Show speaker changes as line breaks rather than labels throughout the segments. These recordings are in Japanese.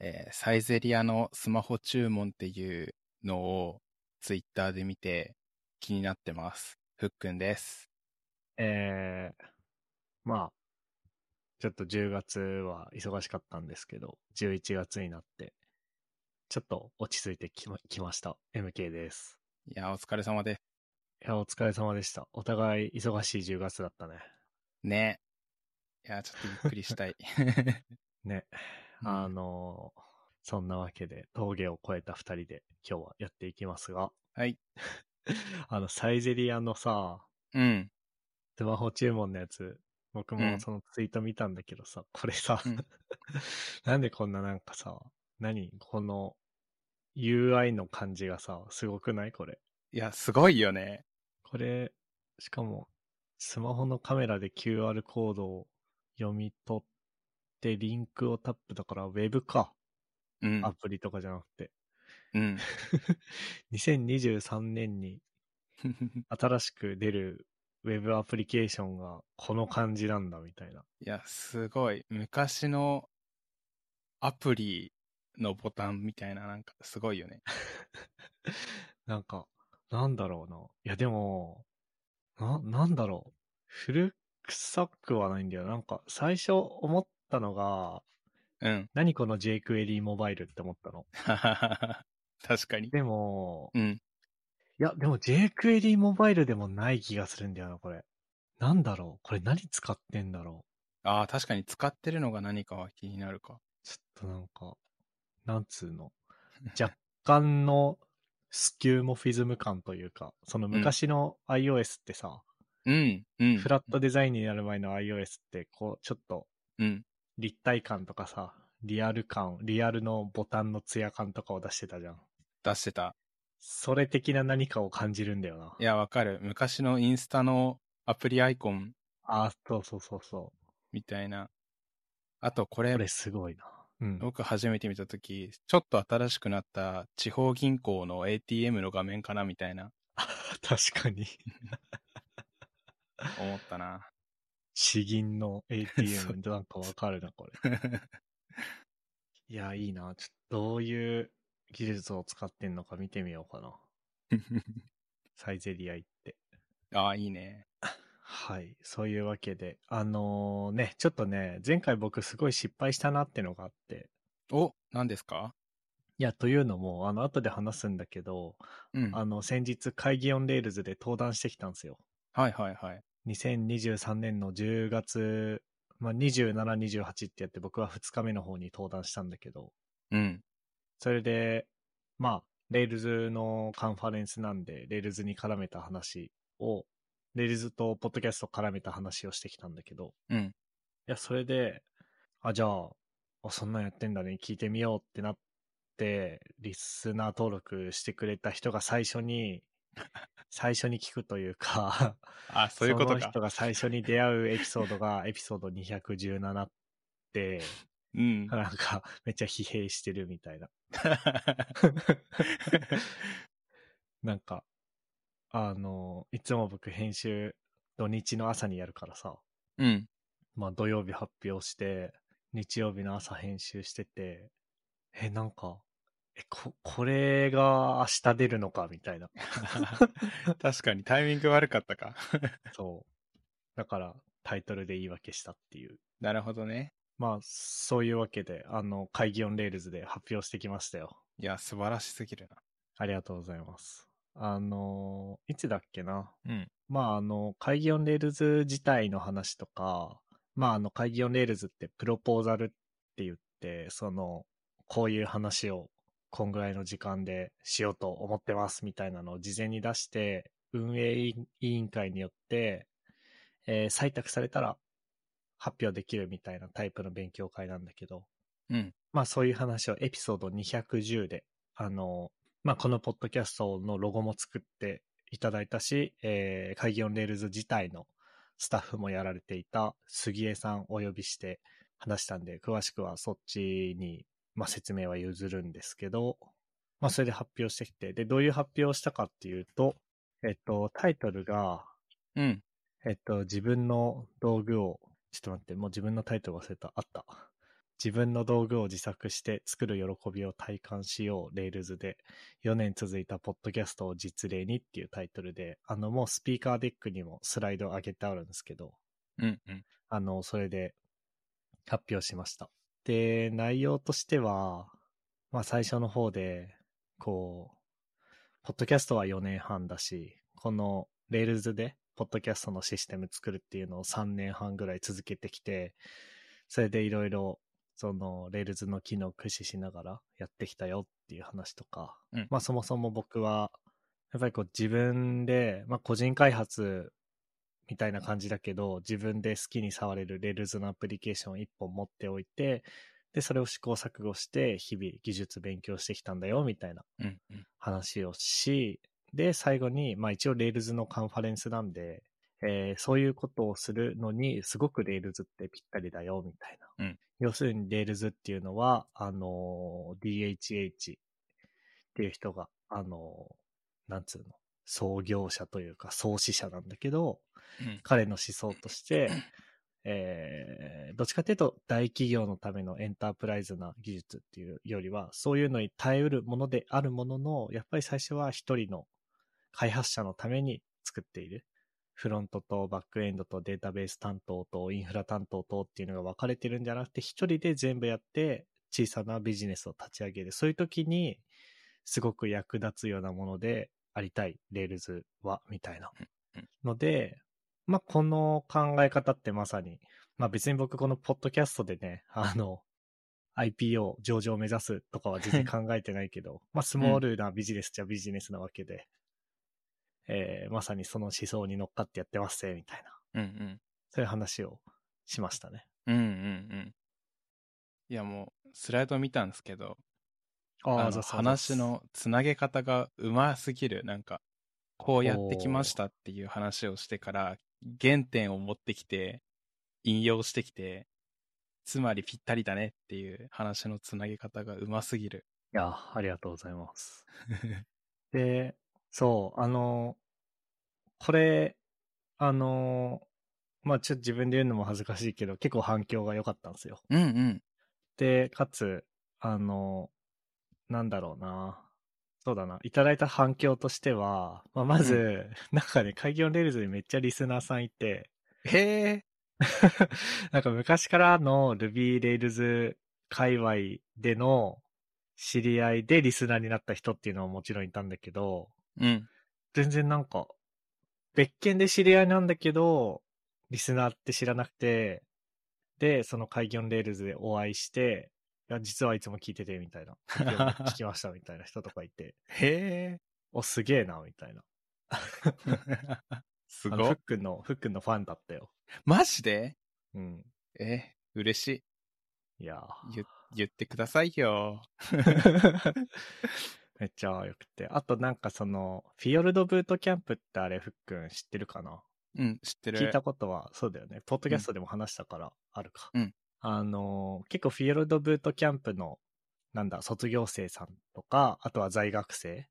えーサイゼリアのスマホ注文っていうのをツイッターで見て気になってます。ふっくんです。
えー、まあ、ちょっと10月は忙しかったんですけど、11月になって、ちょっと落ち着いてきまきました。MK です。
いや、お疲れ様です。
いや、お疲れ様でした。お互い忙しい10月だったね。
ね。いや、ちょっとゆっくりしたい。
ね。
うん
あのーそんなわけで、峠を越えた2人で今日はやっていきますが、
はい。
あの、サイゼリアのさ、
うん。
スマホ注文のやつ、僕
う
も
ん
そのツイート見たんだけどさ、これさ、
うん
なんでこんななんかさ、何この UI の感じがさ、すごくないこれ。
いや、すごいよね。
これ、しかも、スマホのカメラで QR コードを読み取って、リンクをタップだから、ウェブか。
うん。
アプリとかじゃなくて。
うん。
2023年に新しく出るウェブアプリケーションがこの感じなんだみたいな。
いや、すごい。昔のアプリのボタンみたいな、なんかすごいよね。
なんか、なんだろうな。いや、でも、な、なんだろう。古臭くはないんだよ。なんか、最初思ったのが、
うん。
何この JQuery モバイルって思ったの。
確かに。
でも、
うん。
いや、でも JQuery モバイルでもない気がするんだよな、これ。なんだろう。これ何使ってんだろ
ああ、確かに使ってるのが何かは気になるか。
う。ちょっとなんか、なんつうの。若干のスキューモフィズム感というか、その昔の iOS ってさ、
うん。うん。
フラットデザインになる前の iOS って、こう、ちょっと
うん。
立体感とかさ、リアル感、リアルのボタンのツヤ感とかを出してたじゃん。
出してた。
それ的な何かを感じるんだよな。
いや、わかる。昔のインスタのアプリアイコン
あ、そうそうそうそう。
みたいな。あと、これ
こ、れすごいな。うん。
僕初めて見たとき、ちょっと新しくなった地方銀行の ATM の画面かなみたいな、
確かに。
思った な。
詩銀の ATM
そ
なんかわかるな、これ。いや、いいな。ちょっとどういう技術を使ってんのか見てみようかな。サイゼリア行って。
ああ、いいね。
はい。そういうわけで、あのーね、ちょっとね、前回僕すごい失敗したなってのがあって。
お、何ですか
いや、というのも、あの、後で話すんだけど、
うん。
あ
はい
の、先日会議オンレールズで登壇してきたんですよ。
はいはい。
2023年の10月、まあ、27、28ってやって僕は2日目の方に登壇したんだけど、
うん。
それで、まあ、レールズのカンファレンスなんで、レールズに絡めた話を、レールズとポッドキャスト絡めた話をしてきたんだけど、
うん。
いや、それで、あ、じゃあ、あそんなんやってんだね、聞いてみようってなって、リスナー登録してくれた人が最初に、 最初に聞くというか、
あ、 そういうこと
その
か
人。が最初に出会うエピソードが、エピソード217って、
うん。
なんか、めっちゃ疲弊してるみたいな。なんか、あの、いつも僕編集土日の朝にやるからさ、
うん。
まあ土曜日発表して、日曜日の朝編集してて、え、なんか、え、こ、これが明日出るのかみたいな。
確かにタイミング悪かったか。
そう。だから、タイトルで言い訳したっていう。
なるほどね。
まあ、そういうわけで、あの、会議オンレールズで発表してきましたよ。
いや、素晴らしすぎる
ありがとうございます。あの、いつだっけな。
な。うん。
まあ、あの、会議オンレールズ自体の話とか、まあ、あの、会議オンレールズってプロポーザルって言って、その、こういう話をこんぐらいの時間でしようと思ってますみたいなのを事前に出して、運営委員会によって、えー採択されたら発表できるみたいなタイプの勉強会なんだけど、
うん。
まあそういう話をエピソード210で、あの、まあこのポッドキャストのロゴも作っていただいたし、えー、会議オンレールズ自体のスタッフもやられていた杉江さんお呼びして話したんで、詳しくはそっちに、まあ、説明は譲るんですけど、まあそれで発表してきて、で、どういう発表をしたかっていうと、えっと、タイトルが、
うん。
えっと、自分の道具を、ちょっと待って、もう自分のタイトル忘れた。あった。自分の道具を自作して作る喜びを体感しよう、レールズで、4年続いたポッドキャストを実例にっていうタイトルで、あの、もうスピーカーデックにもスライド上げてあるんですけど、
うんうん。
あの、それで発表しました。で、内容としては、まあ最初の方で、こう、ポッドキャストは4年半だし、このレールズで、ポッドキャストのシステム作るっていうのを3年半ぐらい続けてきて、それでいろいろ、その、レールズの機能を駆使しながらやってきたよっていう話とか、
うん
まあそもそも僕は、やっぱりこう自分で、まあ個人開発みたいな感じだけど、自分で好きに触れるレールズのアプリケーションを1本持っておいて、で、それを試行錯誤して、日々技術勉強してきたんだよ、みたいな
うんうん。
話をし、で、最後に、まあ一応 Rails のカンファレンスなんで、えーそういうことをするのに、すごく Rails ってぴったりだよ、みたいな。
うん
要するに Rails っていうのは、あのー DHH っていう人が、あのーなんつうの、創業者というか創始者なんだけど、
うん
彼の思想として、えーどっちかというと大企業のためのエンタープライズな技術っていうよりは、そういうのに耐えうるものであるものの、やっぱり最初は一人の開発者のために作っている。フロントとバックエンドとデータベース担当とインフラ担当とっていうのが分かれてるんじゃなくて、一人で全部やって小さなビジネスを立ち上げる。そういう時にすごく役立つようなものでありたい、レールズは、みたいな
うん。
ので、まあ、この考え方ってまさに、まあ別に僕このポッドキャストでね、あの、IPO 上場を目指すとかは全然考えてないけど、まあスモールなビジネスじゃビジネスなわけで、えーまさにその思想に乗っかってやってますぜ、みたいな、
うん
そういう話をしましたね。
うん。うんうんうん。いやもう、スライド見たんですけど、あの話、のつなげ方がうますぎる。なんか、こうやってきましたっていう話をしてから、原点を持ってきて、引用してきて、つまりぴったりだねっていう話のつなげ方がうますぎる。
いや、ありがとうございます。で、そう、あの、これ、あの、まあちょっと自分で言うのも恥ずかしいけど、結構反響が良かったんですよ。
うんうん。
で、かつ、あの、なんだろうな。そうだな。いただいた反響としては、まあ、まず、
う
なんかね、開業レールズにめっちゃリスナーさんいて、
へえ。
なんか昔からの Ruby Rails 界隈での知り合いでリスナーになった人っていうのはもちろんいたんだけど、
うん。
全然なんか、別件で知り合いなんだけど、リスナーって知らなくて、で、その開業レールズでお会いして、いや、実はいつも聞いてて、みたいな。いや聞きました、みたいな人とかいて、
へえ。
お、すげえな、みたいな。
す
あの
ご
フ
い
ッ。クンの、フックンのファンだったよ。
マジで
うん。
え、嬉しい。
いやー
言言ってくださいよ。
めっちゃよくて。あとなんかその、フィヨルドブートキャンプってあれ、フックン知ってるかな
うん、知ってる。
聞いたことは、そうだよね。ポッドキャストでも話したから、あるか。
うん
あのー、結構フィールドブートキャンプの、なんだ、卒業生さんとか、あとは在学生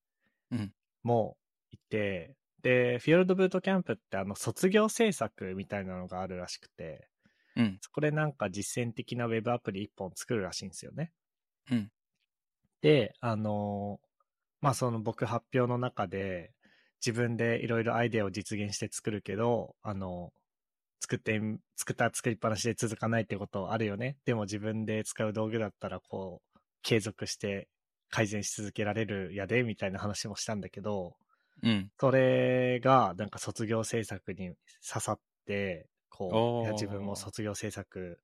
うん
もいて、で、フィールドブートキャンプってあの、卒業制作みたいなのがあるらしくて、
うん。
そこでなんか実践的なウェブアプリ1本作るらしいんですよね。
うん
で、あのーまあその僕発表の中で、自分でいろいろアイデアを実現して作るけど、あの、作ってん、作ったら作りっぱなしで続かないってことあるよね。でも自分で使う道具だったら、こう、継続して改善し続けられるやで、みたいな話もしたんだけど、
うん。
それが、なんか卒業制作に刺さって、こ
おー
う、いや自分も卒業制作、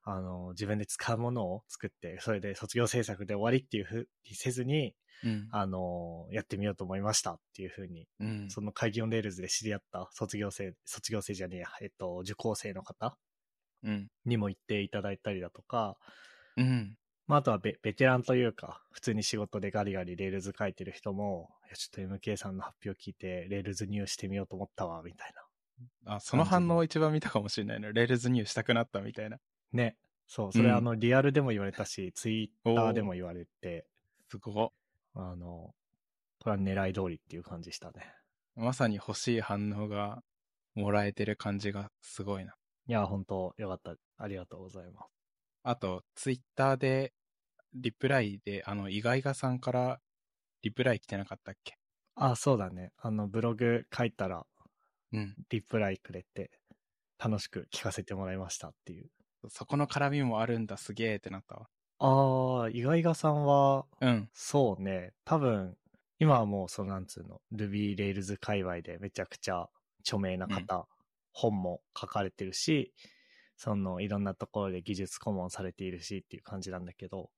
あの、自分で使うものを作って、それで卒業制作で終わりっていうふうにせずに、
うん。
あの、やってみようと思いましたっていうふうに
うん。
その会議オンレールズで知り合った卒業生、卒業生じゃねえや、えっと、受講生の方
うん。
にも行っていただいたりだとか、
うん。
まあ、あとはベベテランというか、普通に仕事でガリガリレールズ書いてる人も、いやちょっと MK さんの発表聞いて、レールズ入してみようと思ったわ、みたい
あ、その反応を一番見たかもしれないね。レールズニューしたくなったみたいな。
な。ね。そう、それ
うん
あの、リアルでも言われたし、ツイッターでも言われて、
すごっ。
あの、これは狙い通りっていう感じしたね。
まさに欲しい反応がもらえてる感じがすごいな。
いや、本当よかった。ありがとうございます。
あと、ツイッターで、リプライで、あの、イガイガさんからリプライ来てなかったっけ
あ、そうだね。あの、ブログ書いたら、
うん。
リプライくれて、楽しく聞かせてもらいましたっていう。
そこの絡みもあるんだ、すげえってなったわ。
ああ、イガイガさんは、
うん。
そうね、多分、今はもう、そのなんつうの、Ruby Rails 界隈でめちゃくちゃ著名な方、本も書かれてるし、その、いろんなところで技術顧問されているしっていう感じなんだけど、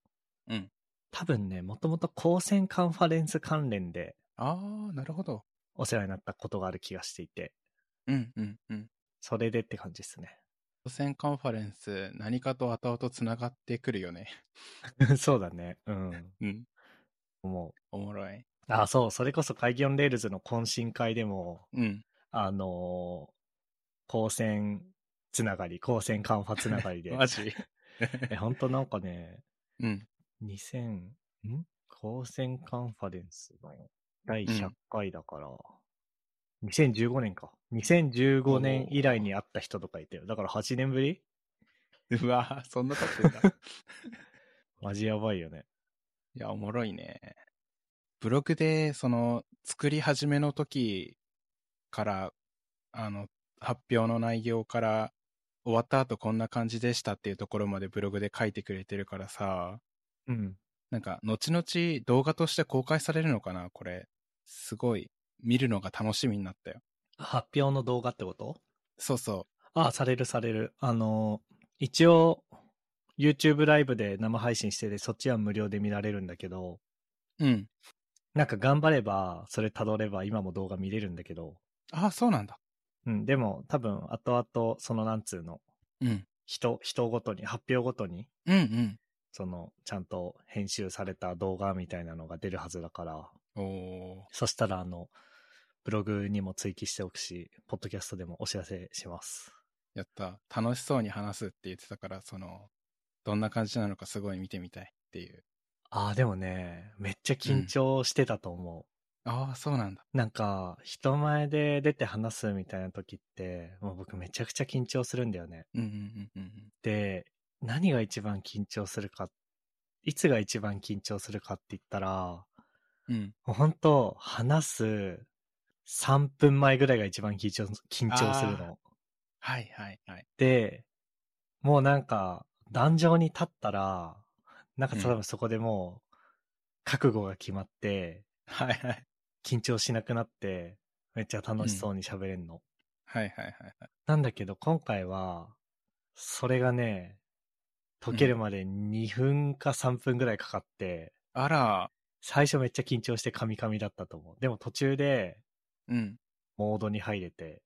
うん。
多分ね、もともと高専カンファレンス関連で
あー、なるほど。
お世話になったことがある気がしていて、
うん、うん、うん。
それでって感じですね。
汚染カンファレンス、何かと後々つながってくるよね。
そうだね、うん、
うん。
思う。
おもろい。
あ、そう、それこそ会議オンレールズの懇親会でも、
うん。
あのー、高専つながり、高専カンファつながりで。
マジ
え、ほんとなんかね、
うん。
2000、ん高専カンファレンスの第100回だから、2015年か。2015年以来に会った人とかいたよ。だから8年ぶり
うわそんな経ってんだ。い
マジやばいよね。
や、おもろいね。ブログで、その、作り始めの時から、あの、発表の内容から、終わった後こんな感じでしたっていうところまでブログで書いてくれてるからさ、
うん。
なんか、後々動画として公開されるのかなこれ。すごい、見るのが楽しみになったよ。
発表の動画ってこと
そうそ
あ、されるされる。あのー、一応、YouTube ライブで生配信してて、そっちは無料で見られるんだけど、
う。うん。
なんか頑張れば、それ辿れば今も動画見れるんだけど、
ああ、そうなんだ。
うん、でも多分後々、そのなんつうの、
うん。
人、人ごとに、発表ごとに、
うんうん。
その、ちゃんと編集された動画みたいなのが出るはずだから、
おー。
そしたらあの、ブログにも追記しておくし、ポッドキャストでもお知らせします。
やった。楽しそうに話すって言ってたから、その、どんな感じなのかすごい見てみたいっていう。
ああ、でもね、めっちゃ緊張してたと思う。
ああ、そうなんだ。
なんか、人前で出て話すみたいな時って、もう僕めちゃくちゃ緊張するんだよね。
うんうんうんうん
で、何が一番緊張するか、いつが一番緊張するかって言ったら、
うん。うん。
もう本当話す3分前ぐらいが一番緊張緊張するの。
はいはいはい。
で、もうなんか、壇上に立ったら、なんか多分そこでもう、覚悟が決まって、
はいはい。
緊張しなくなって、めっちゃ楽しそうに喋れんの。
はいはいはいはい。
なんだけど、今回は、それがね、解けるまで2分か3分ぐらいかかって、
あら、
最初めっちゃ緊張してカミカミだったと思う。でも途中で、
うん。
モードに入れて、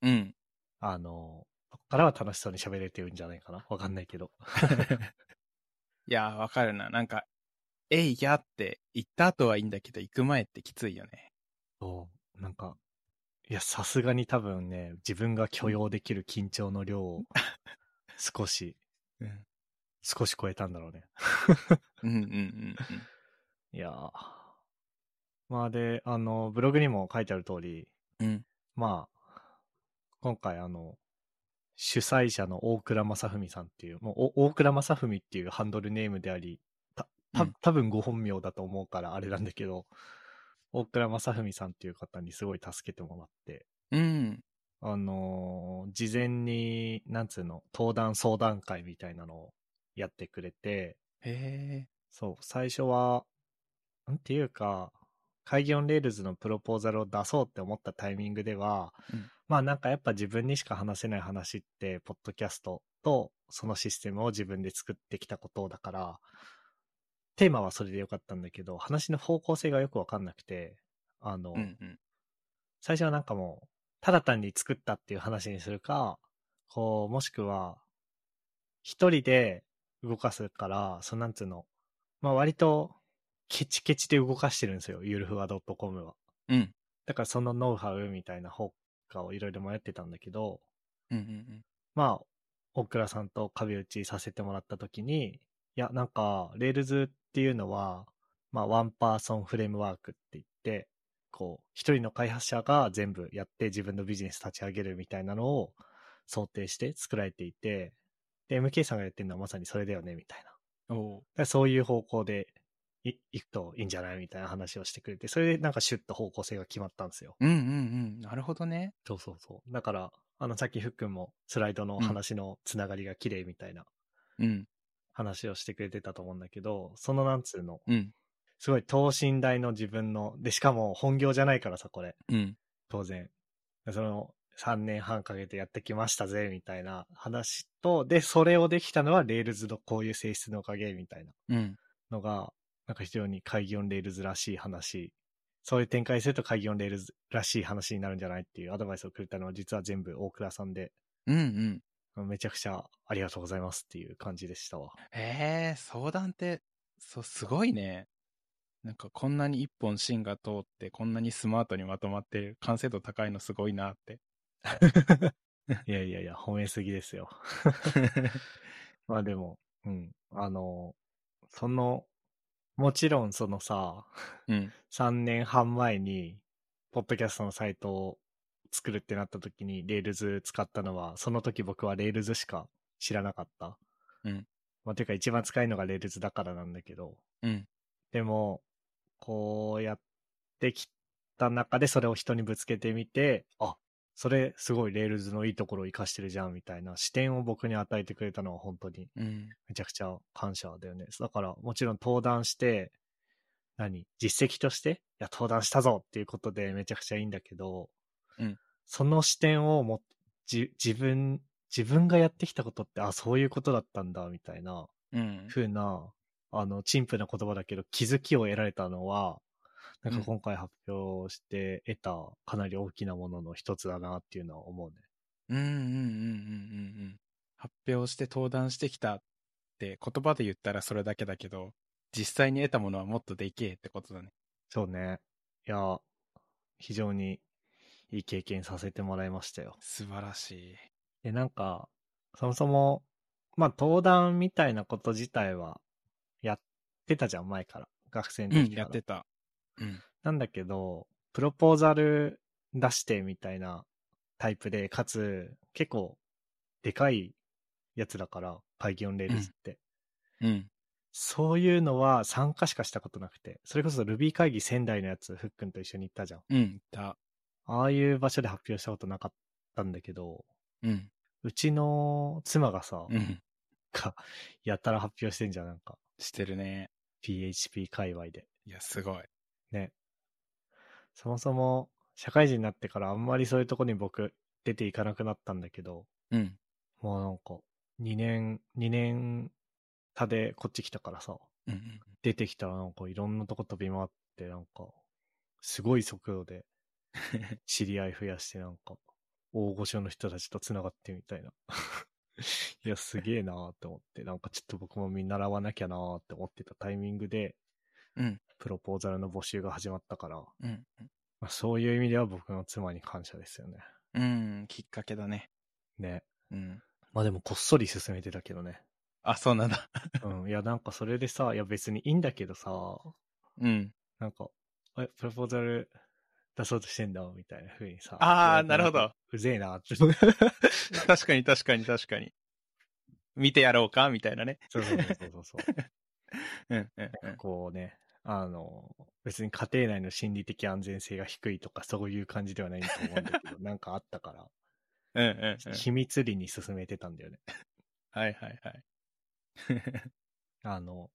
うん。
あの、ここからは楽しそうに喋れてるんじゃないかなわかんないけど。
いやー、わかるな。なんか、えいやって言った後はいいんだけど、行く前ってきついよね。
そうなんか、いや、さすがに多分ね、自分が許容できる緊張の量を、少し、
うん。
少し超えたんだろうね。
うんうんうん
いやーまあで、あの、ブログにも書いてある通り、
うん。うん。
まあ、今回あの、主催者の大倉正文さんっていう、もうお大倉正文っていうハンドルネームであり、た、
う
た
ん
多分ご本名だと思うからあれなんだけど、大倉正文さんっていう方にすごい助けてもらって、
うん。
あのー事前に、なんつうの、登壇相談会みたいなのをやってくれて、
へえ。
そう、最初は、なんていうか、会議オンレールズのプロポーザルを出そうって思ったタイミングでは、
うん
まあなんかやっぱ自分にしか話せない話って、ポッドキャストとそのシステムを自分で作ってきたことだから、テーマはそれでよかったんだけど、話の方向性がよくわかんなくて、あの、
うんうん。
最初はなんかもう、ただ単に作ったっていう話にするか、こう、もしくは、一人で動かすから、そのなんつうの、まあ割と、ケチケチで動かしてるんですよ、ゆるふわ .com は。
うん。
だからそのノウハウみたいな方かをいろいろ迷ってたんだけど、
うんうん
まあ、大倉さんと壁打ちさせてもらった時に、いや、なんか、レールズっていうのは、まあ、ワンパーソンフレームワークって言って、こう、一人の開発者が全部やって自分のビジネス立ち上げるみたいなのを想定して作られていて、で、MK さんがやってるのはまさにそれだよね、みたいな。だか
おう
らそういう方向でい行くといいんじゃないみたいな話をしてくれて、それでなんかシュッと方向性が決まったんですよ。
うんうんうん。なるほどね。
そうそうそう。だから、あの、さっきふっくんもスライドの話のつながりが綺麗みたいな
うん。
話をしてくれてたと思うんだけど、そのなんつうの、
うん。
すごい等身大の自分の、で、しかも本業じゃないからさ、これ。
うん。
当然。その、3年半かけてやってきましたぜ、みたいな話と、で、それをできたのは Rails のこういう性質のおかげ、みたいな
うん。
のが、なんか非常に開業 Rails らしい話。そういう展開すると開業 Rails らしい話になるんじゃないっていうアドバイスをくれたのは実は全部大倉さんで、
うんうん。
めちゃくちゃありがとうございますっていう感じでしたわ。
ええ相談って、そう、すごいね。なんかこんなに一本芯が通って、こんなにスマートにまとまってる、完成度高いのすごいなって。
いやいやいや、褒めすぎです よ。まあでも、うん。あの、その、もちろんそのさ、
うん。
3年半前に、ポッドキャストのサイトを作るってなった時に、レールズ使ったのは、その時僕はレールズしか知らなかった。
うん。
まあ、ていうか一番使いのがレールズだからなんだけど、
うん。
でも、こうやってきた中でそれを人にぶつけてみて、あ、それすごいレールズのいいところを活かしてるじゃんみたいな視点を僕に与えてくれたのは本当に
うん。
めちゃくちゃ感謝だよね。だから、もちろん登壇して、何実績として、いや、登壇したぞっていうことでめちゃくちゃいいんだけど、
うん
その視点をも、じ、自分、自分がやってきたことって、あ、そういうことだったんだ、みたいな、
うん。
ふうな、あの、陳腐な言葉だけど、気づきを得られたのは、なんか
うん
今回発表して得た、かなり大きなものの一つだなっていうのは思うね。
うんうんうんうんうんうん。発表して登壇してきたって言葉で言ったらそれだけだけど、実際に得たものはもっとでけえってことだね。
そうね。いや、非常にいい経験させてもらいましたよ。
素晴らしい。
で、なんか、そもそも、まあ、登壇みたいなこと自体は、やってたじゃん、前から。学生の
うん、
時から。
やってた。うん。
なんだけど、プロポーザル出してみたいなタイプで、かつ、結構、でかいやつだから、会議オンレールズって。
うん。
そういうのは参加しかしたことなくて、それこそ Ruby 会議仙台のやつ、ふっくんと一緒に行ったじゃん。
うん。だ。
ああいう場所で発表したことなかったんだけど、
うん。
うちの妻がさ、
うん。
か、やたら発表してんじゃん、なんか。
してるね。
PHP 界隈で。
いや、すごい。
ね。そもそも、社会人になってからあんまりそういうとこに僕、出ていかなくなったんだけど、
うん。
もうなんか、2年、2年差でこっち来たからさ、
うんうん。
出てきたらなんかいろんなとこ飛び回って、なんか、すごい速度 で、知り合い増やしてなんか、大御所の人たちと繋がってみた いな。いや、すげえなーって思って、なんかちょっと僕も見習わなきゃなーって思ってたタイミングで、
うん
プロポーザルの募集が始まったから、ま
うん。
あ、そういう意味では僕の妻に感謝ですよね。
うん。きっかけだね。
ね。
うん。
まあでもこっそり進めてたけどね。
あ、そうなんだ。
うん。いや、なんかそれでさ、いや別にいいんだけどさ、
うん。
なんか、え、プロポーザル出そうとしてんだ、みたいな風にさ。
あー
言われて
なるほど
んか。うぜえな って。
確かに確かに確かに。見てやろうかみたいなね。
そうそうそうそうそう。
うんうん うん。
こうね、あの、別に家庭内の心理的安全性が低いとかそういう感じではないと思うんだ けど、なんかあったから、
うんうんうん。
秘密裏に進めてたんだよね。
はいはいはい。
あの、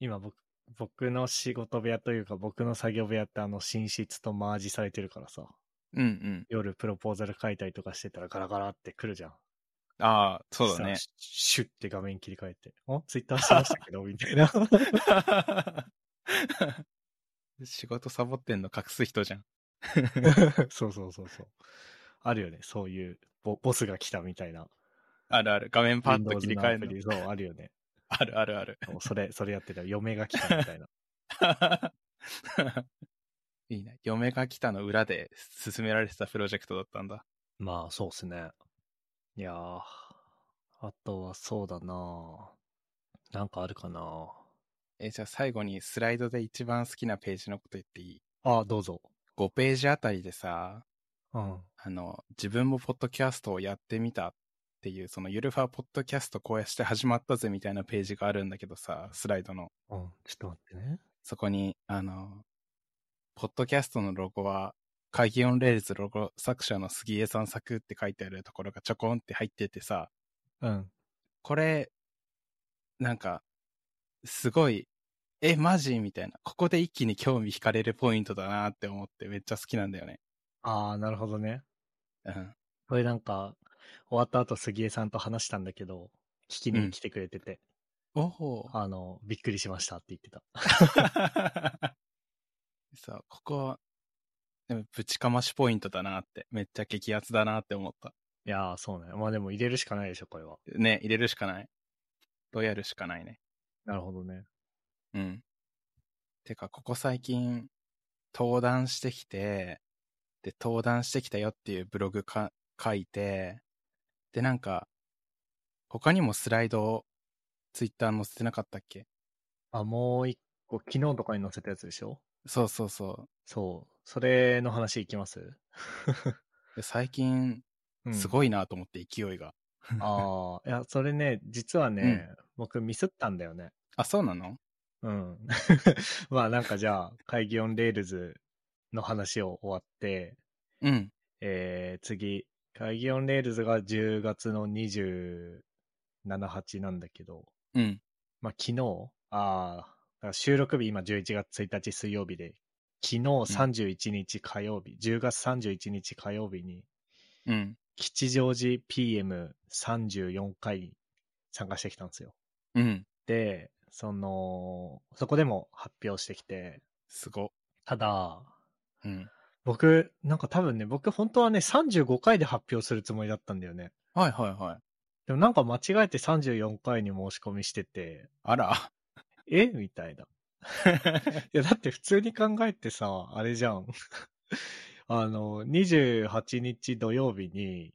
今僕、僕の仕事部屋というか僕の作業部屋ってあの寝室とマージされてるからさ、
うんうん。
夜プロポーザル書いたりとかしてたらガラガラって来るじゃん。
ああ、そうだね
さ。シュシュッて画面切り替えて、あツイッターしてましたけど、みたい な。
仕事サボってんの隠す人 じゃん。
そうそうそうそう。あるよね、そういうボボスが来たみたいな。
あるある。画面パッと切り替え
Windows のアプ
るの。
リそう、あるよね。
あるあるある。
そうそれ、 それやってた。嫁が来たみたいな。
いいね。嫁が来たの裏で進められてたプロジェクトだったんだ。
まあ、そうっすね。いやー、あとはそうだななんかあるかな
え、じゃあ最後にスライドで一番好きなページのこと言っていい
あどうぞ。
?5 ページあたりでさ、
うん。
あの、自分もポッドキャストをやってみたっっていう、そのゆるふわポッドキャストこうやして始まったぜみたいなページがあるんだけどさ、スライドの。
うん、ちょっと待ってね。
そこに、あの、ポッドキャストのロゴは、会議オンレールズロゴ作者の杉江さん作って書いてあるところがちょこんって入っててさ、
うん。
これ、なんか、すごい、え、マジみたいな。ここで一気に興味惹かれるポイントだなって思ってめっちゃ好きなんだよね。
ああ、なるほどね。
うん。
これなんか、終わった後杉江さんと話したんだけど、聞きに来てくれてて、
おお。
あの、びっくりしましたって言ってた。
そう、ここは、でもぶちかましポイントだなって、めっちゃ激アツだなって思った。
いやー、そうね。まあでも入れるしかないでしょ、これは。
ね、入れるしかない。どうやるしかないね。
なるほどね。
うん。てか、ここ最近、登壇してきて、で、登壇してきたよっていうブログか書いて、で、なんか、他にもスライドを、ツイッター載せてなかったっけ
あ、もう一個、昨日とかに載せたやつでしょ
そうそうそ
そう。それの話いきます
う。で最近、す
い。
ごいなと思って、勢いが。
あ あ、いや、それね、実はね、僕ミスったんだよね。
あ、そうなの
うん。 まあなんかじゃあ、会議オンレールズの話を終わって、
うん。
えー、次、会議オンレールズが10月の27、8なんだけど、
うん。
まあ昨日、ああ、だから収録日今11月1日水曜日で、昨日31日火曜日、10月31日火曜日に、
うん。
吉祥寺 PM34 回に参加してきたんですよ。
うん。
で、その、そこでも発表してきて、
すご。
ただ、
うん。
僕、なんか多分ね、僕本当はね、35回で発表するつもりだったんだよね。
はいはいはい。
でもなんか間違えて34回に申し込みしてて、
あら。
え み たいな。いや、だって普通に考えてさ、あれじゃん。 あの、28日土曜日に、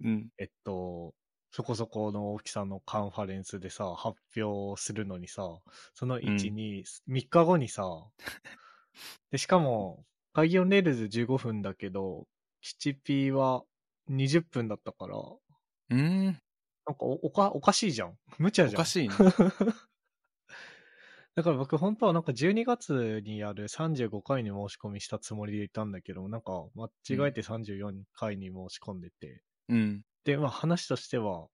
うん。
えっと、そこそこの大きさのカンファレンスでさ、発表するのにさ、その1、
うん
2、3日後にさ、で、しかも、会議オンレールズ15分だけど、七 p は20分だったから、なんか
うーん。
おおかおかしいじゃん。無茶
お
じゃん
か。しいね。
だから僕本当はなんか12月にやる35回に申し込みしたつもりでいたんだけど、なんか間違えて34回に申し込んでて、
うん。
で、まあ話としては、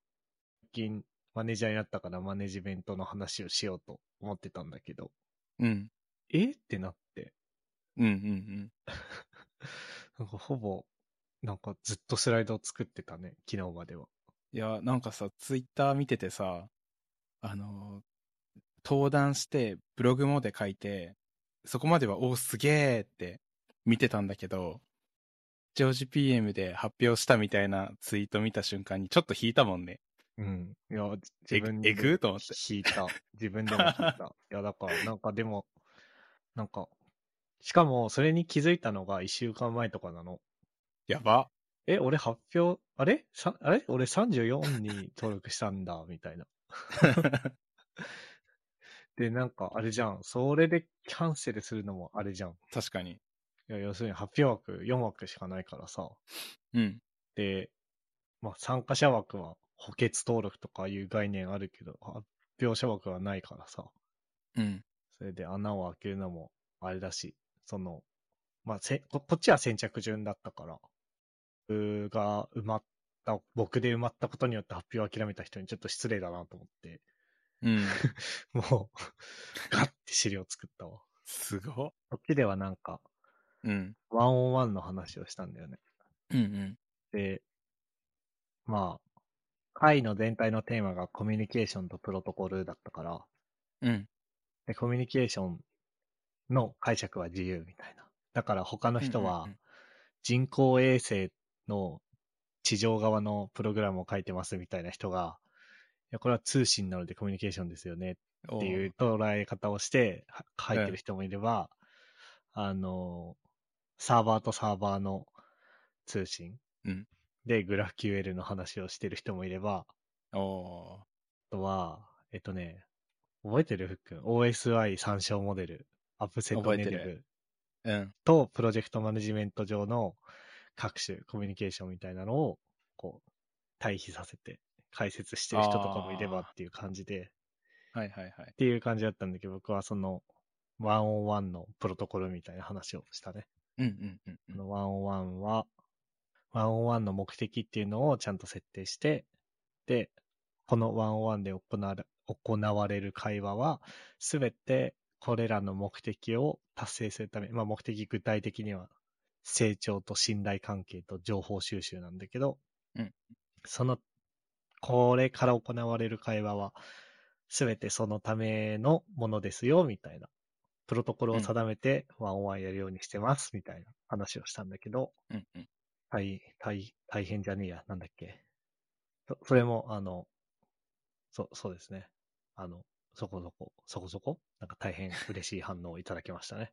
最近マネージャーになったからマネジメントの話をしようと思ってたんだけど、
うん。
えってなって、
うんうんうん。
なんかほぼ、なんかずっとスライドを作ってたね、昨日までは。
いや、なんかさ、ツイッター見ててさ、あのー登壇して、ブログもで書いて、そこまでは、おーすげーって見てたんだけど、ジョージ PM で発表したみたいなツイート見た瞬間にちょっと引いたもんね。
うん。いや、
え
自分
えぐーと思って
引いた。自分でも引い た。いや、だから、なんかでも、なんか、しかも、それに気づいたのが1週間前とかなの。
やば。
え、俺発表、あれさあれ俺34に登録したんだ、み たいな。で、なんか、あれじゃん。それでキャンセルするのもあれじゃん。
確かに。
いや、要するに発表枠4枠しかないからさ。
うん。
で、まあ、参加者枠は補欠登録とかいう概念あるけど、発表者枠はないからさ。
うん。
それで穴を開けるのもあれだし、その、まあ、せここっちは先着順だったから、僕が埋まった、僕で埋まったことによって発表を諦めた人にちょっと失礼だなと思って、
うん。
もう、ガッて資料作ったわ。
すごっ。
こっちではなんか、
うん。
ワンオンワンの話をしたんだよね。
うんうん。
で、まあ、会の全体のテーマがコミュニケーションとプロトコルだったから、
うん。
で、コミュニケーションの解釈は自由みたいな。だから他の人
うんう
は
んうん
人工衛星の地上側のプログラムを書いてますみたいな人が、いや、これは通信なのでコミュニケーションですよね
お
っ
う
ていう捉え方をしては書いてる人もいれば、あの、サーバーとサーバーの通信
うん
で GraphQL の話をしてる人もいれば、
お
あとは、えっとね、覚えてるふっくん ?OSI 参照モデル、アップセット
覚
ネ
え
イ
て
テ
る
ィブ
ーうん。
とプロジェクトマネジメント上の各種コミュニケーションみたいなのを、こう、対比させて解説してる人とかもいればっていう感じで、
はいはいはい。
っていう感じだったんだけど、僕はその、ワンオンワンのプロトコルみたいな話をしたね。
うんうんうん
あのワンオンワンは、ワンオンワンの目的っていうのをちゃんと設定して、で、このワンオンワンで行われ行われる会話は、すべてこれらの目的を達成するため、まあ目的具体的には成長と信頼関係と情報収集なんだけど、
うん
その、これから行われる会話は、すべてそのためのものですよ、みたいな。プロトコルを定めて、ワンオンワンやるようにしてます、みたいな話をしたんだけど、
うん。うんうん。
大、大、大変じゃねえや、なんだっけ。そそれも、あの、そ、そうですね。あの、そこそこ、そこそこ、なんか大変嬉しい反応をいただきましたね。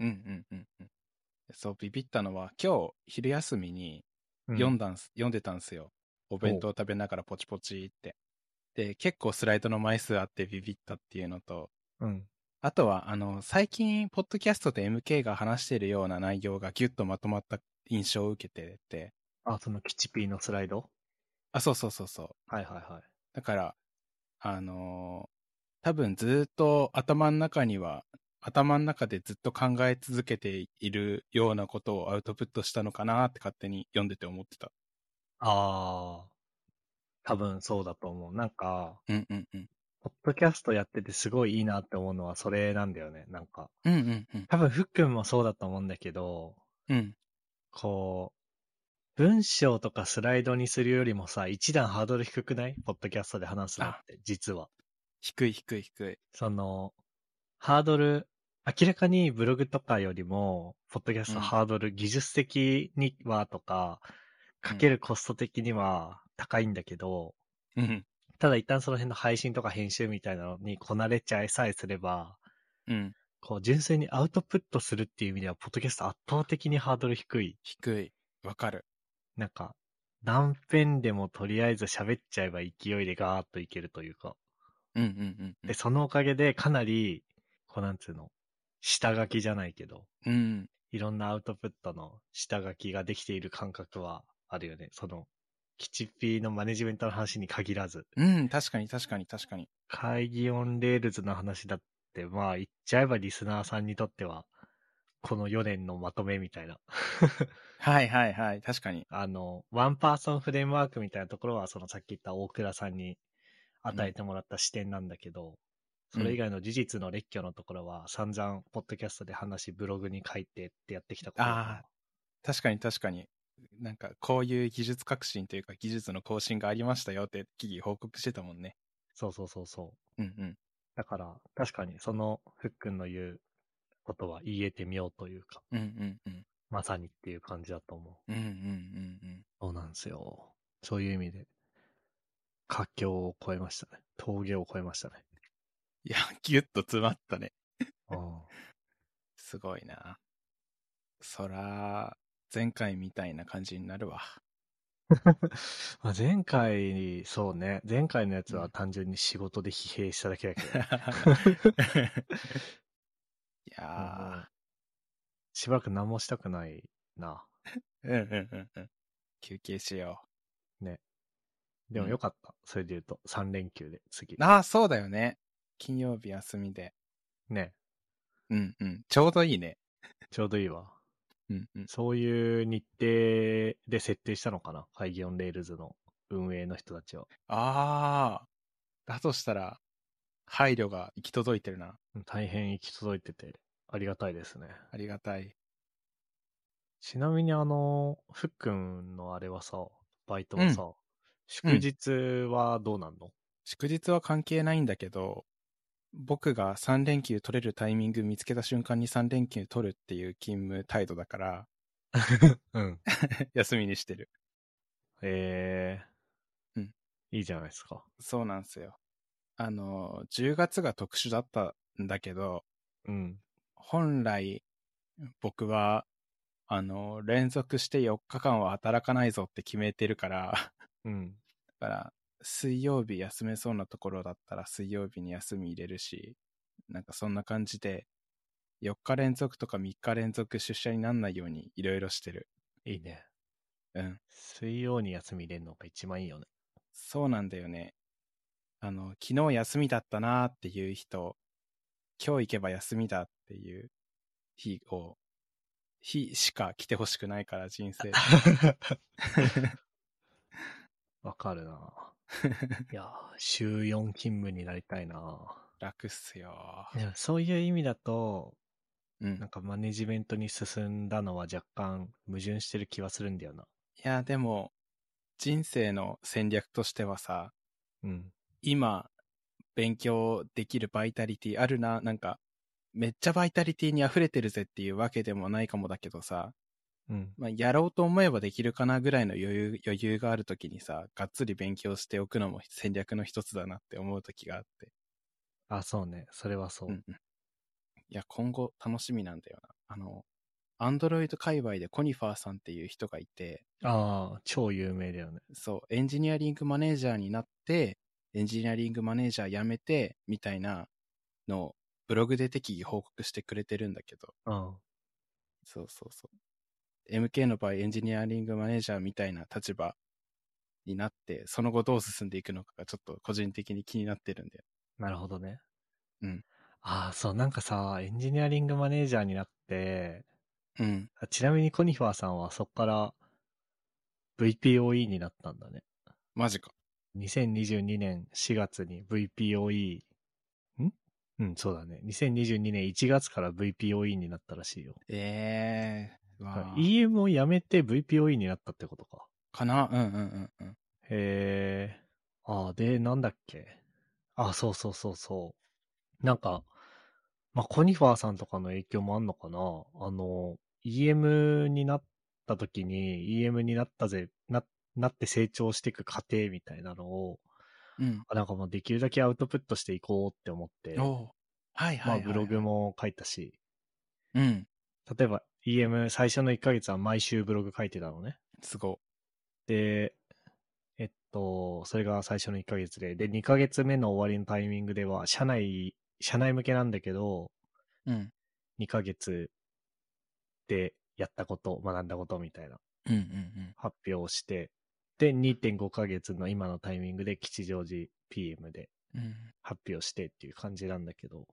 うんうんうんうん。そう、ビビったのは、今日、昼休みに、
うん
読んだんす、読んでたんすよ。お弁当食べながらポチポチって。で、結構スライドの枚数あってビビったっていうのと、
うん。
あとは、あの、最近、ポッドキャストで MK が話しているような内容がギュッとまとまった印象を受けてて、
あ、そのキチピーのスライド
あ、そうそうそうそう。
はいはいはい。
だから、あのー多分ずーっと頭の中には、頭の中でずっと考え続けているようなことをアウトプットしたのかなって勝手に読んでて思ってた。
ああ、多分そうだと思う。なんか、
うんうんうん。
ポッドキャストやっててすごいいいなって思うのはそれなんだよね。なんか、
うんうんうん。
多分ふっくんもそうだと思うんだけど、
うん。
こう、文章とかスライドにするよりもさ、一段ハードル低くないポッドキャストで話すのって、実は。
低い低い低い。
その、ハードル、明らかにブログとかよりも、ポッドキャス
う
ト
ん
ハードル、技術的にはとか、かけるコスト的には高いんだけど、
うん。
ただ一旦その辺の配信とか編集みたいなのにこなれちゃいさえすれば、
うん。
こう純粋にアウトプットするっていう意味では、ポッドキャスト圧倒的にハードル低い。
低い。わかる。
なんか、断片でもとりあえず喋っちゃえば勢いでガーッといけるというか。
うんうんうんうん。
で、そのおかげでかなり、こうなんつうの、下書きじゃないけど、
うん。
いろんなアウトプットの下書きができている感覚はあるよね。その、キチピーのマネジメントの話に限らず。
うん。確かに確かに確かに。
会議オンレールズの話だって、まあ言っちゃえばリスナーさんにとっては、この4年のまとめみたいな。
はいはいはい。確かに。
あの、ワンパーソンフレームワークみたいなところは、そのさっき言った大倉さんに与えてもらった視点なんだけど、
うん
それ以外の事実の列挙のところは、散々、ポッドキャストで話し、ブログに書いてってやってきたことだから
あ確かに確かに。なんか、こういう技術革新というか、技術の更新がありましたよって、企業報告してたもんね。
そうそうそうそう。
うんうん。
だから、確かに、その、ふっくんの言うことは言えてみようというか、
うんうんうん。
まさにっていう感じだと思う。
うんうんうん
そうなんですよ。そういう意味で、佳境を超えましたね。峠を超えま したね。
いや、ギュッと詰まったね。
うん。
すごいな。そら、前回みたいな感じにな るわ。
まあ前回、そうね。前回のやつは単純に仕事で疲弊しただけだけ
い
ど。も
や
うしばらく何もしたくないな。
ー、うんうんうんうん。休憩しよ
でも
うん
よかった。それで言うと、3連休で次
う。。ああ、そうだよね。金曜日休みで。
ね。
うんうん。ちょうどいいね。
ちょうどいいわ。
うんうん。
そういう日程で設定したのかな。会議オンレールズの運営の人たちは。
ああ。だとしたら、配慮が行き届いてるな。
うん大変行き届いてて、ありがたいですね。
ありがたい。
ちなみにあの、ふっくんのあれはさ、バイトはさ、祝
うん
日はどうなんの、
祝日は関係ないんだけど、僕が3連休取れるタイミング見つけた瞬間に3連休取るっていう勤務態度だから、
うん、
休みにしてる。
えー、
うん
いいじゃないですか。
そうなんすよ。あの、10月が特殊だったんだけど、
うん。
本来、僕は、あの、連続して4日間は働かないぞって決めてるから、
うん。
だから、水曜日休めそうなところだったら水曜日に休み入れるし、なんかそんな感じで、4日連続とか3日連続出社になんないようにいろいろしてる。
いいね。
うん。
水曜に休み入れるのが一番いいよ ね。
そうなんだよね。あの、昨日休みだったなーっていう人、今日行けば休みだっていう日を、日しか来てほしくないから、人 生。
わかるないやー、週4勤務になりたいな
楽っすよ。
でもそういう意味だと、
う
なん
ん。
かマネジメントに進んだのは若干矛盾してる気はするんだよな。
いや、でも、人生の戦略としてはさ、
うん。
今、勉強できるバイタリティあるな、なんか、めっちゃバイタリティに溢れてるぜっていうわけでもないかもだけどさ、
うん。
まあ、やろうと思えばできるかなぐらいの余裕、余裕があるときにさ、がっつり勉強しておくのも戦略の一つだなって思うときがあって。
あ、そうね。それはそう。
うんうん。いや、今後楽しみなんだよな。あの、アンドロイド界隈でコニファーさんっていう人がいて、
ああ、超有名だよね。
そう、エンジニアリングマネージャーになって、エンジニアリングマネージャー辞めて、みたいなのをブログで適宜報告してくれてるんだけど、
うん。
そうそうそう。MK の場合、エンジニアリングマネージャーみたいな立場になって、その後どう進んでいくのかがちょっと個人的に気になってるんだよ。
なるほどね。
うん。
ああ、そう、なんかさ、エンジニアリングマネージャーになって、
うん。
あちなみにコニファーさんはそこから VPOE になったんだね。
マジか。
2022年4月に VPOE、んうん、そうだね。2022年1月から VPOE になったらしいよ。
ええー。わあ
EM をやめて VPOE になったってことか。
かなうんうんうんうん。
へえ。ああ、で、なんだっけ。あそうそうそうそう。なんか、まあ、コニファーさんとかの影響もあんのかなあの、EM になった時に、EM になったぜ、な、なって成長していく過程みたいなのを、
うん。
あなんかもうできるだけアウトプットしていこうって思って、
おうはい
ま
はい、は
あ、
い。
ブログ。も書いたし、
うん。
例えば EM 最初の1ヶ月は毎週ブログ書いてたのね。
すご。
で、えっと、それが最初の1ヶ月で、で、2ヶ月目の終わりのタイミングでは、社内、社内向けなんだけど、
うん。
2ヶ月でやったこと、学んだことみたいな
うんうんうん。
発表をして、で、2.5ヶ月の今のタイミングで吉祥寺 PM で
うん。
発表してっていう感じなんだけど、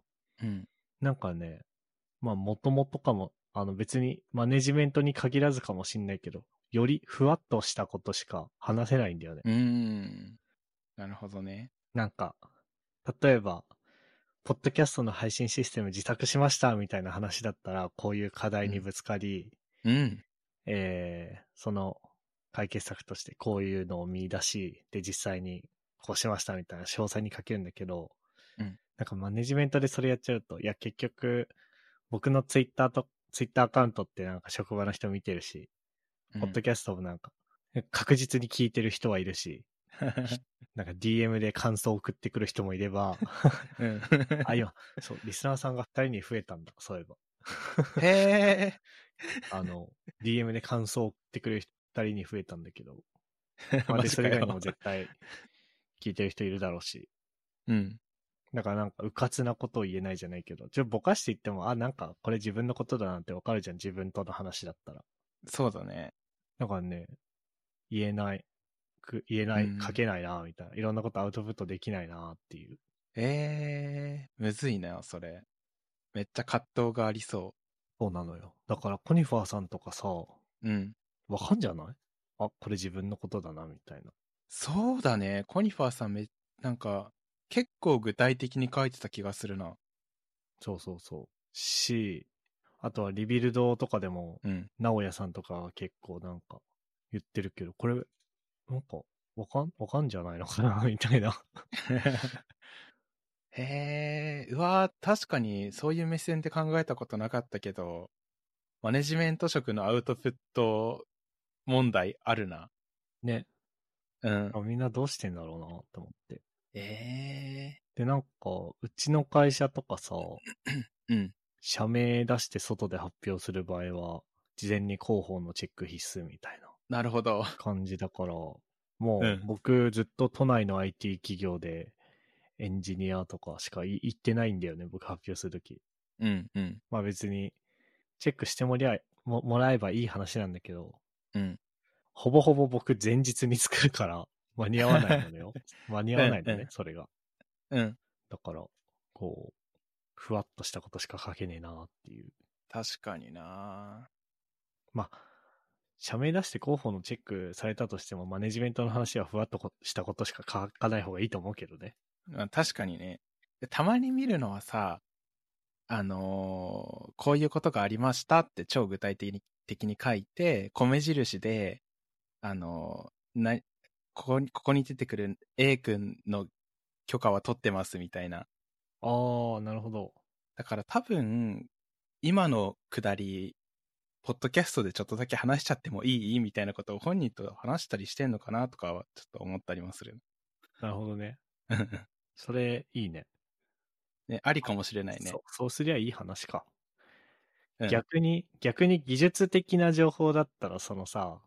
うん。
なんかね、まあ、もともとかも、あの別にマネジメントに限らずかもしんないけど、よりふわっとしたことしか話せないんだよね。
うーん。なるほどね。
なんか、例えば、ポッドキャストの配信システム自作しましたみたいな話だったら、こういう課題にぶつかり、
うん。
えーその解決策としてこういうのを見出し、で、実際にこうしましたみたいな詳細に書けるんだけど、
うん
なんかマネジメントでそれやっちゃうと、いや、結局、僕のツイッターと、ツイッターアカウントってなんか職場の人見てるし、ポ ッドキャストもなんか、確実に聞いてる人はいるし、 なんか DM で感想を送ってくる人もいれば、
うん。
あ、今、そう、リスナーさんが2人に増えたんだ、そういえば。
へえ。
あの、DM で感想を送ってくれる2人に増えたんだけ ど、まあ、
マ
で、
ジ
そ
か
れ以
よ
外にも絶対聞いてる人いるだろうし、
うん。
だからなんか、うかつなことを言えないじゃないけど、ちょっとぼかしていっても、あ、なんか、これ自分のことだなってわかるじゃん、自分との話だったら。
そうだね。
だからね、言えない、く言えない、
うん
書けないな、みたいな、いろんなことアウトプットできないな、っていう。
ええむずいな、それ。めっちゃ葛藤がありそ
そうなのよ。だから、コニファーさんとかさ、
う。うん。
わかんじゃないあ、これ自分のことだな、みたいな。
そうだね。コニファーさんめ、なんか、結構具体的に書いてた気がするな。
そうそうそう。し、あとはリビルドとかでも、
うん。
直哉さんとかは結構なんか言ってるけど、これ、なんか、わかん、わかんじゃないのかな、 みたいな。
へえ、うわー、確かにそういう目線で考えたことなかったけど、マネジメント職のアウトプット問題あるな。
ね。
うん
あ。みんなどうしてんだろうな、と思って。
え
で、なんか、うちの会社とかさ、
えうん。
社名出して外で発表する場合は、事前に広報のチェック必須みたいな。
なるほど。
感じだから、も
う
うん僕ずっと都内の IT 企業でエンジニアとかしかい行ってないんだよね、僕発表するとき。
うん、うん、
まあ別にチェックしてもりゃももらえばいい話なんだけど、
うん。
ほぼほぼ僕前日に作るから間に合わないの よ。間に合わないの
うんう
ね
ん、
それが。
うん。
だから、こう、ふわっとしたことしか書けねえなっていう。
確かにな
まあ、社名出して広報のチェックされたとしても、マネジメントの話はふわっとこしたことしか書かない方がいいと思うけどね。
まあ確かにね。でたまに見るのはさ、あのーこういうことがありましたって超具体的に的に書いて、米印で、あのーな、ここに、ここに出てくる A 君の許可は取ってますみたいな。
ああ、なるほど。
だから多分、今のくだり、ポッドキャストでちょっとだけ話しちゃってもいいみたいなことを本人と話したりしてんのかなとかはちょっと思ったりもする。
なるほどね。それ、いいね。
ね、ありかもしれないね
そ。うそうすりゃいい話か。
うん
逆に、逆に技術的な情報だったら、そのさ、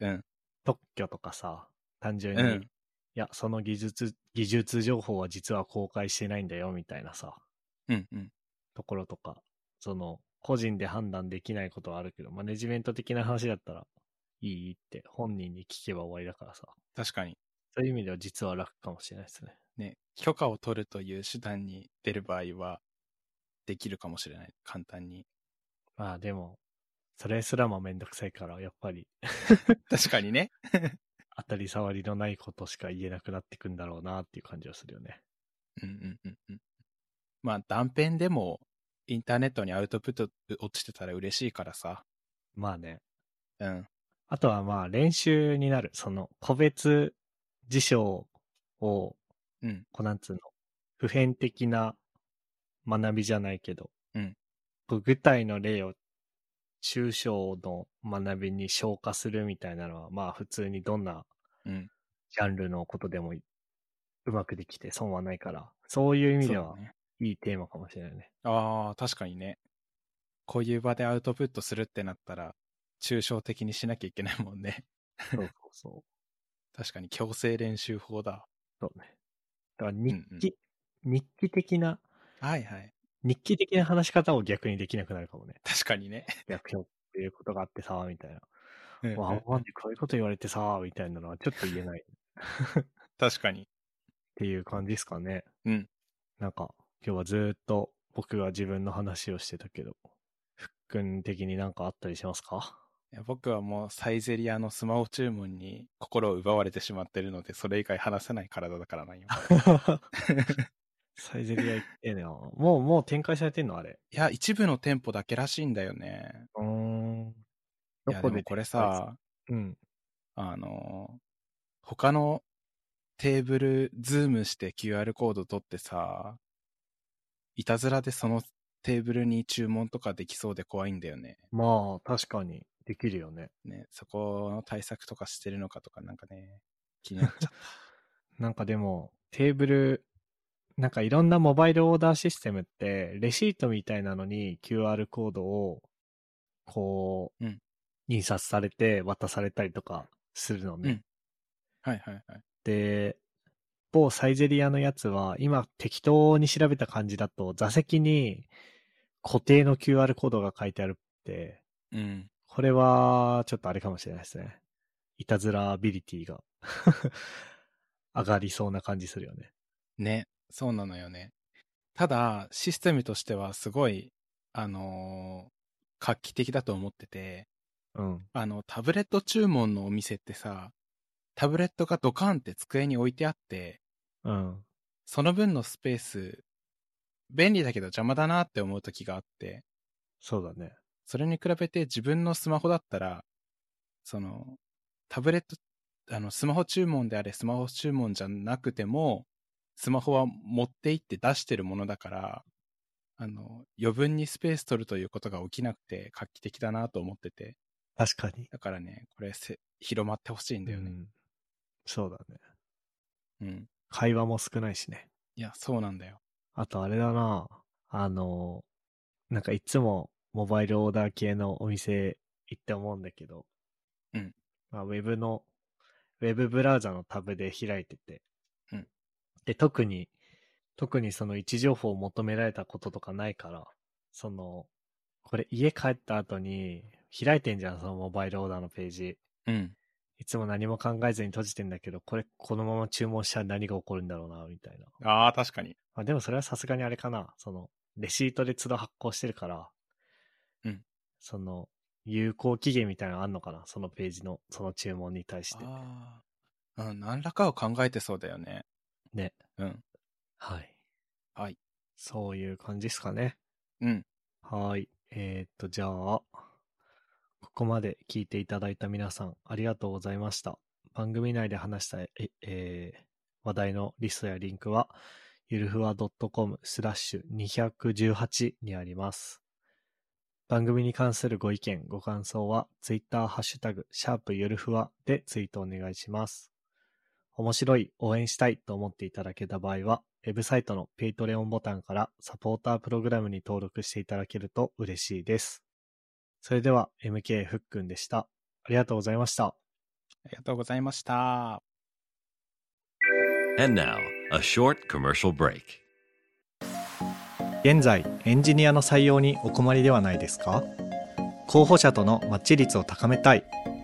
うん
特許とかさ、単純に、
うん
いや、その技術、技術情報は実は公開してないんだよ、みたいなさ、
うんうん。
ところとか、その、個人で判断できないことはあるけど、マネジメント的な話だったら、いいって本人に聞けば終わりだからさ、
確かに。
そういう意味では実は楽かもしれないですね。
ね、許可を取るという手段に出る場合は、できるかもしれない。簡単に。
まあでも、それすらもめんどくさいから、やっぱり、
確かにね。
当たり障りのないことしか言えなくなってくんだろうなっていう感じはするよね。
うんうんうんうん。まあ、断片でも、インターネットにアウトプット落ちてたら嬉しいからさ。
まあね。
うん。
あとはまあ練習になる。その個別事象を、
うん。
こうなんつうの、普遍的な学びじゃないけど、
うん
こう具体の例を抽象の学びに消化するみたいなのは、まあ普通にどんな
うん。
ジャンルのことでもうまくできて損はないから、そういう意味で
そう
は
だね
いいテーマかもしれないね。
ああ、確かにね。こういう場でアウトプットするってなったら、抽象的にしなきゃいけないもんね。
そうそうそう。
確かに強制練習法だ。
そうね。だから日
うん
記、日記的な、
はいはい。
日記的な話し方を逆にできなくなるかもね。
確かにね。
逆表っていうことがあってさ、みたいな。
うんうん
わあ、マジこういうこと言われてさ、みたいなのはちょっと言えないっ
確かに。
ていう感じですかね。
うん。
なんか、今日はずーっと僕が自分の話をしてたけど、ふっくん的になんかあったりしますか
いや僕はもうサイゼリアのスマホ注文に心を奪われてしまってるので、それ以外話せない体だからな、今。
サイゼリア行ってね。もう、もう展開されてんのあれ。
いや、一部の店舗だけらしいんだよね。
うーん。
い
ど
や、
こ
で
で
もこれさ、
うん。
あの、他のテーブルズームして QR コード取ってさ、いたずらでそのテーブルに注文とかできそうで怖いんだよね。
まあ、確かに、できるよね。
ね、そこの対策とかしてるのかとかなんかね、気になっ ちゃっ
なんかでも、テーブル、なんかいろんなモバイルオーダーシステムって、レシートみたいなのに QR コードを、こう、
うん
印刷されて渡されたりとかするのね。
うんた。はいはいはい。
で、某サイゼリアのやつは、今適当に調べた感じだと、座席に固定の QR コードが書いてあるって、
うん。
これは、ちょっとあれかもしれないですね。いたずらアビリティが 上がりそうな感じするよね。
ね、そうなのよね。ただ、システムとしてはすごい、あのー画期的だと思ってて、
うん。
あの、タブレット注文のお店ってさ、タブレットがドカンって机に置いてあって、
うん。
その分のスペース、便利だけど邪魔だなって思う時があって、
そうだね。
それに比べて自分のスマホだったら、その、タブレット、あの、スマホ注文であれ、スマホ注文じゃなくても、スマホは持って行って出してるものだから、あの、余分にスペース取るということが起きなくて画期的だなと思ってて、
確かに。
だからね、これせ、広まってほしいんだよね。
んそうだね。
うん。
会話も少ないしね。
いや、そうなんだよ。
あとあれだな。あの、なんかいつもモバイルオーダー系のお店行って思うんだけど。
うん。
まあ、ウェブの、ウェブブラウザのタブで開いてて。
うん。
で、特に、特にその位置情報を求められたこととかないから、その、これ家帰った後に開いてんじゃん、そのモバイルオーダーのページ。
うん。
いつも何も考えずに閉じてんだけど、これ、このまま注文したら何が起こるんだろうな、みたいな。
ああ、確かに。
まあでもそれはさすがにあれかな。その、レシートで都度発行してるから、
うん。
その、有効期限みたいなのあんのかなそのページの、その注文に対して。
ああ。うん、何らかを考えてそうだよね。
ね。
うん。
はい。
はい。
そういう感じですかね。
うん。
はい。えーっと、じゃあ、ここまで聞いていただいた皆さん、ありがとうございました。番組内で話した、ええー話題のリストやリンクは、ゆるふわ .com スラッシュ218にあります。番組に関するご意見、ご感想は、ツイッターハッシュタグ、シャープゆるふわでツイートお願いします。面白い、応援したいと思っていただけた場合は、ウェブサイトのペイトレオンボタンからサポータープログラムに登録していただけると嬉しいです。それでは、MK ふっくんでした。ありがとうございました。
ありがとうございました。
And now, a short commercial break.
現在エンジニアの採用にお困りではないですか候補者とのマッチ率を高めたい